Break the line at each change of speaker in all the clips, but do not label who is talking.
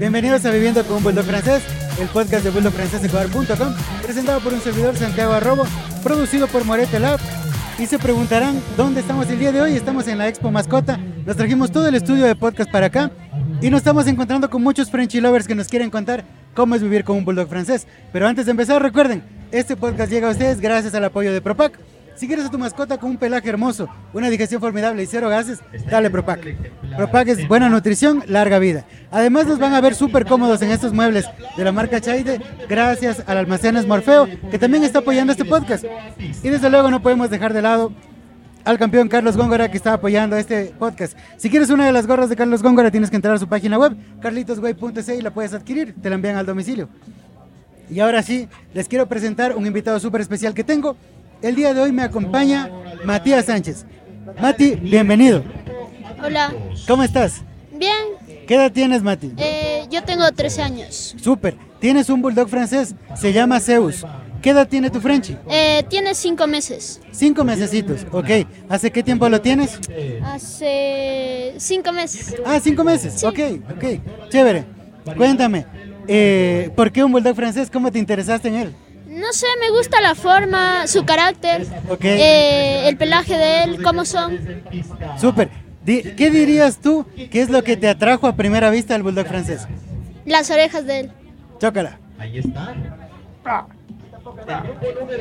Bienvenidos a Viviendo con un Bulldog Francés, el podcast de bulldogfrancesecuador.com, presentado por un servidor Santiago Arrobo, producido por Morete Lab. Y se preguntarán dónde estamos el día de hoy. Estamos en la Expo Mascota, nos trajimos todo el estudio de podcast para acá y nos estamos encontrando con muchos Frenchy lovers que nos quieren contar cómo es vivir con un Bulldog francés. Pero antes de empezar, recuerden, este podcast llega a ustedes gracias al apoyo de Propac. Si quieres a tu mascota con un pelaje hermoso, una digestión formidable y cero gases, dale Propac. Propac es buena nutrición, larga vida. Además nos van a ver súper cómodos en estos muebles de la marca Chaide, gracias al Almacenes Morfeo, que también está apoyando este podcast. Y desde luego no podemos dejar de lado al campeón Carlos Góngora que está apoyando este podcast. Si quieres una de las gorras de Carlos Góngora, tienes que entrar a su página web, carlitosway.c y la puedes adquirir, te la envían al domicilio. Y ahora sí, les quiero presentar un invitado súper especial que tengo. El día de hoy me acompaña Matías Sánchez. Mati, bienvenido.
Hola,
¿Cómo estás?
bien,
¿Qué edad tienes, Mati?
eh, yo tengo 13 años.
Súper. Tienes un bulldog francés, se llama Zeus. ¿Qué edad tiene tu Frenchy?
Eh, tiene 5 meses.
Cinco mesecitos, ok. ¿Hace qué tiempo lo tienes?
Hace 5 meses.
Ah, cinco meses. Ok, ok. Chévere. Cuéntame, eh, ¿por qué un bulldog francés? ¿Cómo te interesaste en él?
No sé, me gusta la forma, su carácter,
Ok.
eh, el pelaje de él, cómo son.
Súper. Di- ¿Qué dirías tú que es lo que te atrajo a primera vista del bulldog francés?
Las orejas de él.
Chócala.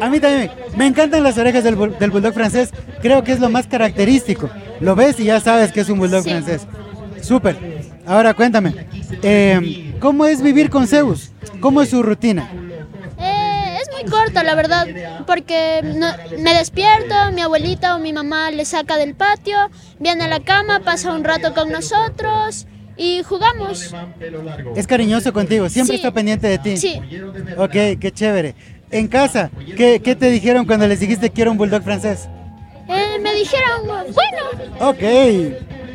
A mí también. Me encantan las orejas del, bul- del bulldog francés. Creo que es lo más característico. Lo ves y ya sabes que es un bulldog
Sí.
francés. Súper. Ahora cuéntame. eh, ¿Cómo es vivir con Zeus? ¿Cómo es su rutina?
Eh, es muy corta, la verdad, porque no- me despierto, mi abuelita o mi mamá le saca del patio, viene a la cama, pasa un rato con nosotros y jugamos.
Es cariñoso contigo. Siempre
Sí.
está pendiente de ti.
Sí,
Ok, qué chévere. En casa, ¿qué, qué te dijeron cuando les dijiste quiero un bulldog francés?
Eh, me dijeron, bueno,
Ok,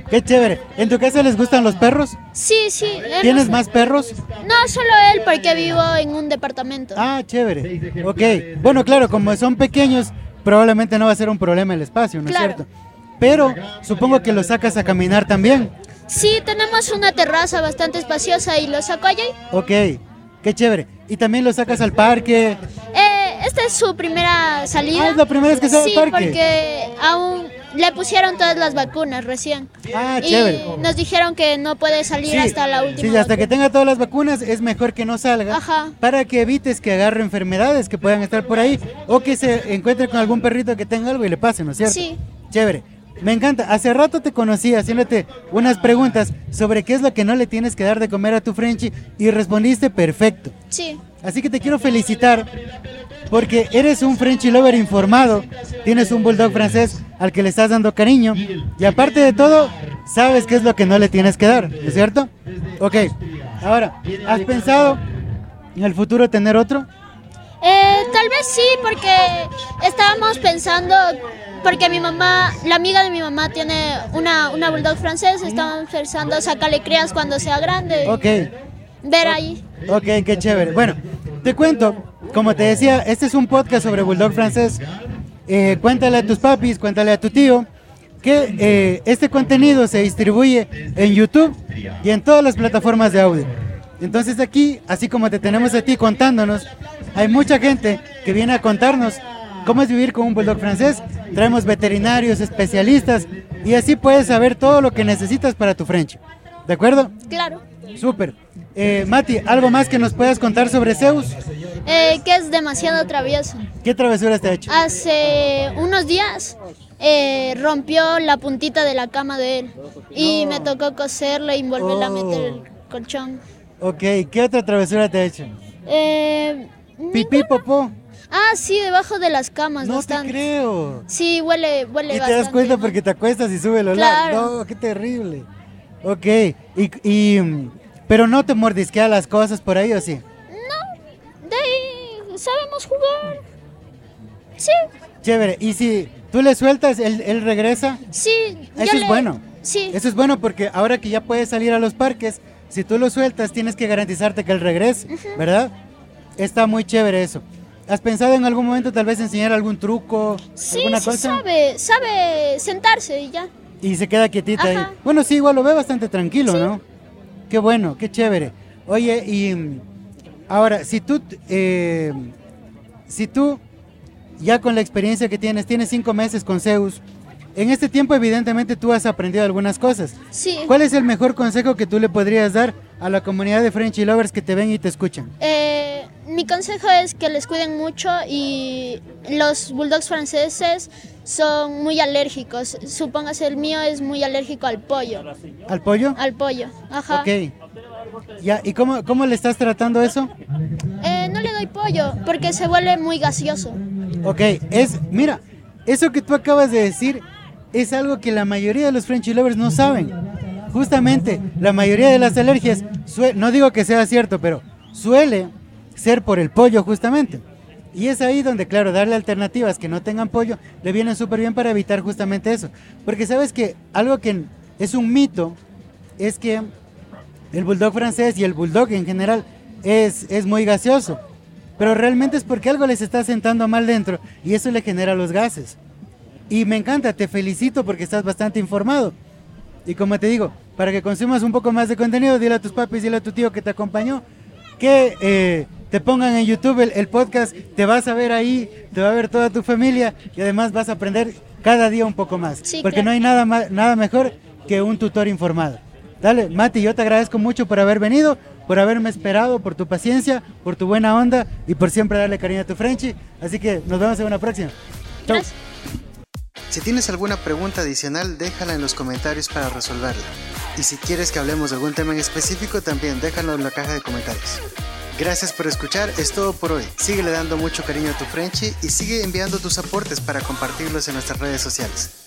qué chévere. ¿En tu casa les gustan los perros?
sí, sí. eh,
¿Tienes
no-
más perros?
No, solo él, porque vivo en un departamento.
Ah, chévere. Ok, bueno, claro, como son pequeños, probablemente no va a ser un problema el espacio, ¿no es
Claro.
cierto? Pero supongo que los sacas a caminar también.
Sí, tenemos una terraza bastante espaciosa y lo saco allí.
Ok, qué chévere. Y también los sacas al parque.
Eh, esta es su primera salida.
Ah, es la primera vez que sale al
Sí,
parque.
porque aún le pusieron todas las vacunas recién.
Ah,
y
chévere.
nos dijeron que no puede salir hasta la última.
Sí, hasta que
vacuna.
tenga todas las vacunas es mejor que no salga
Ajá.
para que evites que agarre enfermedades que puedan estar por ahí o que se encuentre con algún perrito que tenga algo y le pase, ¿no es cierto?
Sí.
Chévere. Me encanta. Hace rato te conocí haciéndote unas preguntas sobre qué es lo que no le tienes que dar de comer a tu Frenchie y respondiste perfecto.
Sí,
Así que te quiero felicitar porque eres un Frenchie lover informado, tienes un bulldog francés al que le estás dando cariño y aparte de todo, sabes qué es lo que no le tienes que dar, ¿no es cierto? Ok, ahora, ¿has pensado en el futuro tener otro?
Eh, tal vez sí, porque estábamos pensando, porque mi mamá, la amiga de mi mamá tiene una, una bulldog francés, estábamos pensando sacarle crías cuando sea grande.
Ok,
Ver ahí.
Ok, qué chévere. Bueno, te cuento, como te decía, este es un podcast sobre Bulldog francés. Eh, cuéntale a tus papis, cuéntale a tu tío que eh, este contenido se distribuye en YouTube y en todas las plataformas de audio. Entonces aquí, así como te tenemos a ti contándonos, hay mucha gente que viene a contarnos cómo es vivir con un bulldog francés. Traemos veterinarios, especialistas y así puedes saber todo lo que necesitas para tu French. ¿De acuerdo?
Claro.
Súper. Eh, Mati, ¿algo más que nos puedas contar sobre Zeus?
Eh, que es demasiado travieso.
¿Qué travesuras te ha hecho?
Hace unos días eh, rompió la puntita de la cama de él y me tocó coserle y
Oh.
volverle a meter el colchón.
Ok, ¿qué otra travesura te ha hecho?
Eh,
Pipí, popó.
ah, sí, debajo de las camas.
No te
bastante.
creo.
Sí, huele, huele
Y te
bastante.
das cuenta porque te acuestas y sube el olor.
Claro.
No, qué terrible. Ok, y, y, mm, pero no te mordisquea las cosas por ahí, ¿o sí?
De ahí sabemos jugar. Sí,
Chévere. Y si tú le sueltas, él, él regresa.
sí. yo
Eso es
le-
bueno.
Sí,
Eso es bueno porque ahora que ya puedes salir a los parques, si tú lo sueltas, tienes que garantizarte que él regrese, ¿verdad? Está muy chévere eso. ¿Has pensado en algún momento tal vez enseñar algún truco,
sí,
alguna
sí
cosa?
sabe, sabe sentarse y ya.
Y se queda quietita ahí.
Ajá.
Bueno, sí, igual lo ve bastante tranquilo, ¿no? Qué bueno, qué chévere. Oye, y mm, ahora, si tú, eh, si tú, ya con la experiencia que tienes, tienes cinco meses con Zeus, en este tiempo evidentemente tú has aprendido algunas cosas.
Sí.
¿Cuál es el mejor consejo que tú le podrías dar a la comunidad de Frenchy Lovers que te ven y te escuchan?
Eh, mi consejo es que les cuiden mucho y los bulldogs franceses son muy alérgicos. Supóngase el mío es muy alérgico al pollo.
¿Al pollo?
Al pollo, ajá.
Ok. Ya, ¿y cómo, cómo le estás tratando eso?
Eh, no le doy pollo porque se vuelve muy gaseoso.
Ok, es, mira, eso que tú acabas de decir es algo que la mayoría de los Frenchy Lovers no saben. Justamente, la mayoría de las alergias, sue- no digo que sea cierto, pero suele ser por el pollo justamente. Y es ahí donde, claro, darle alternativas que no tengan pollo le vienen súper bien para evitar justamente eso. Porque sabes que algo que es un mito es que el bulldog francés y el bulldog en general es, es muy gaseoso. Pero realmente es porque algo les está sentando mal dentro y eso le genera los gases. Y me encanta, te felicito porque estás bastante informado. Y como te digo, para que consumas un poco más de contenido, dile a tus papis, dile a tu tío que te acompañó, que eh, te pongan en YouTube el, el podcast, te vas a ver ahí, te va a ver toda tu familia y además vas a aprender cada día un poco más.
Sí,
porque
claro.
no hay nada, ma- nada mejor que un tutor informado. Dale, Mati, yo te agradezco mucho por haber venido, por haberme esperado, por tu paciencia, por tu buena onda y por siempre darle cariño a tu Frenchy. Así que nos vemos en una próxima. Chau.
Gracias.
Si tienes alguna pregunta adicional, déjala en los comentarios para resolverla. Y si quieres que hablemos de algún tema en específico, también déjalo en la caja de comentarios. Gracias por escuchar, es todo por hoy. Síguele dando mucho cariño a tu Frenchy y sigue enviando tus aportes para compartirlos en nuestras redes sociales.